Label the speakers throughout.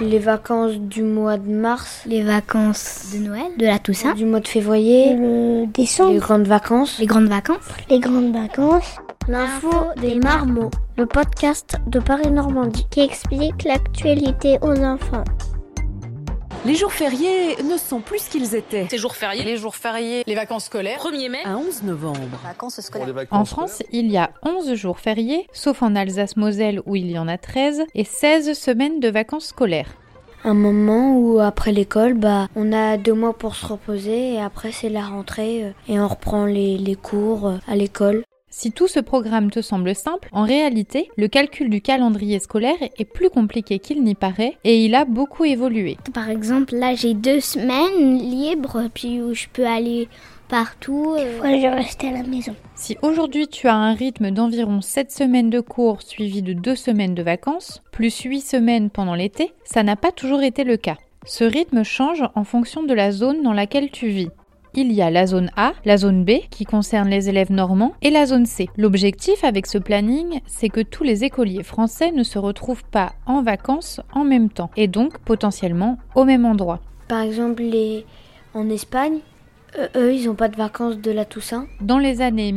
Speaker 1: les vacances du mois de mars,
Speaker 2: Les vacances de Noël, de la Toussaint,
Speaker 1: du mois de février,
Speaker 3: Le
Speaker 1: les
Speaker 3: décembre,
Speaker 1: grandes vacances.
Speaker 2: les grandes vacances.
Speaker 3: les grandes vacances,
Speaker 1: L'info des marmots, le podcast de Paris Normandie.
Speaker 3: qui explique l'actualité aux enfants.
Speaker 4: Les jours fériés ne sont plus ce qu'ils étaient.
Speaker 5: Ces jours fériés, les jours fériés,
Speaker 6: les vacances scolaires,
Speaker 5: 1er mai,
Speaker 4: À 11 novembre.
Speaker 6: vacances scolaires.
Speaker 7: En France, il y a 11 jours fériés, sauf en Alsace-Moselle où il y en a 13, et 16 semaines de vacances scolaires.
Speaker 1: Un moment où après l'école, bah, on a deux mois pour se reposer et après c'est la rentrée euh, et on reprend les, les cours euh, à l'école.
Speaker 7: Si tout ce programme te semble simple, en réalité, le calcul du calendrier scolaire est plus compliqué qu'il n'y paraît et il a beaucoup évolué.
Speaker 3: Par exemple, là, j'ai deux semaines libres, puis où je peux aller partout.
Speaker 1: euh,
Speaker 3: je reste à la maison.
Speaker 7: Si aujourd'hui tu as un rythme d'environ 7 semaines de cours suivi de 2 semaines de vacances, plus 8 semaines pendant l'été, ça n'a pas toujours été le cas. Ce rythme change en fonction de la zone dans laquelle tu vis. Il y a la zone A, la zone B, qui concerne les élèves normands, et la zone C. L'objectif avec ce planning, c'est que tous les écoliers français ne se retrouvent pas en vacances en même temps, et donc potentiellement au même endroit.
Speaker 1: Par exemple, les... en Espagne, euh, eux, ils n'ont pas de vacances de la Toussaint.
Speaker 7: Dans les années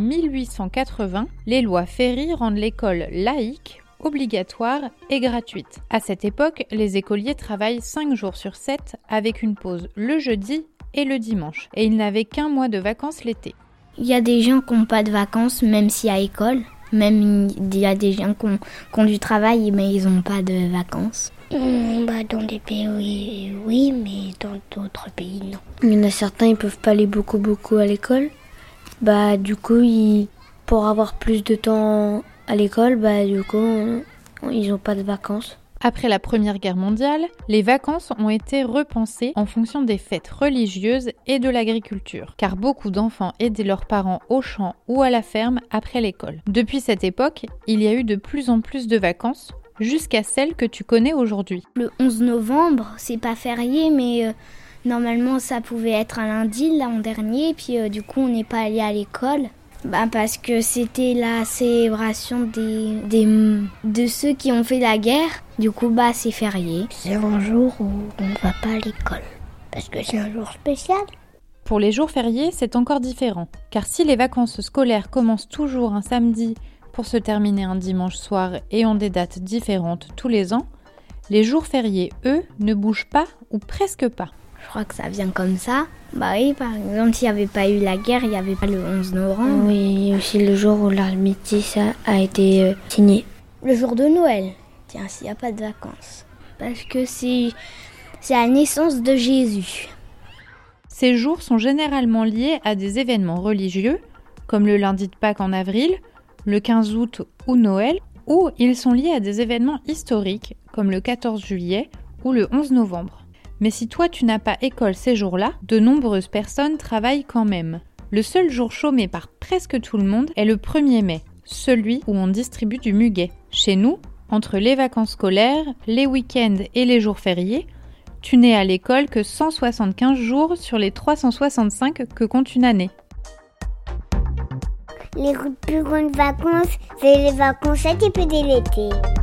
Speaker 7: 1880, les lois Ferry rendent l'école laïque, obligatoire et gratuite. À cette époque, les écoliers travaillent 5 jours sur 7 avec une pause le jeudi et le dimanche, et ils n'avaient qu'un mois de vacances l'été.
Speaker 2: Il y a des gens qui n'ont pas de vacances, même s'il y a école. Même il y a des gens qui ont, qui ont du travail, mais ils n'ont pas de vacances.
Speaker 3: bah, dans des pays, oui, oui, mais dans d'autres pays, non.
Speaker 1: Il y en a certains, ils peuvent pas aller beaucoup beaucoup à l'école. Bah du coup, ils... pour avoir plus de temps à l'école, bah du coup, on- on- ils ont pas de vacances.
Speaker 7: Après la Première Guerre mondiale, les vacances ont été repensées en fonction des fêtes religieuses et de l'agriculture, car beaucoup d'enfants aidaient leurs parents au champ ou à la ferme après l'école. Depuis cette époque, il y a eu de plus en plus de vacances, jusqu'à celles que tu connais aujourd'hui.
Speaker 2: Le 11 novembre, c'est pas férié, mais euh, normalement ça pouvait être un lundi l'an dernier, puis euh, du coup on n'est pas allé à l'école. Bah, parce que c'était la célébration des, des, de ceux qui ont fait la guerre. Du coup, bah, c'est férié.
Speaker 3: C'est un jour où on ne va pas à l'école. Parce que c'est un jour spécial.
Speaker 7: Pour les jours fériés, c'est encore différent, car si les vacances scolaires commencent toujours un samedi pour se terminer un dimanche soir et ont des dates différentes tous les ans, les jours fériés, eux, ne bougent pas ou presque pas.
Speaker 2: Je crois que ça vient comme ça. Bah oui, par exemple, s'il n'y avait pas eu la guerre, il n'y avait pas le 11 novembre.
Speaker 1: Oui, il y a aussi le jour où l'armistice a, a été euh, signé.
Speaker 2: Le jour de Noël. Tiens, s'il n'y a pas de vacances. Parce que c'est, c'est la naissance de Jésus.
Speaker 7: Ces jours sont généralement liés à des événements religieux, comme le lundi de Pâques en avril, le 15 août ou Noël, ou ils sont liés à des événements historiques, comme le 14 juillet ou le 11 novembre. Mais si toi tu n'as pas école ces jours-là, de nombreuses personnes travaillent quand même. Le seul jour chômé par presque tout le monde est le 1er mai, celui où on distribue du muguet. Chez nous, entre les vacances scolaires, les week-ends et les jours fériés, tu n'es à l'école que 175 jours sur les 365 que compte une année.
Speaker 3: Les plus grandes vacances, c'est les vacances à qui peut de l'été.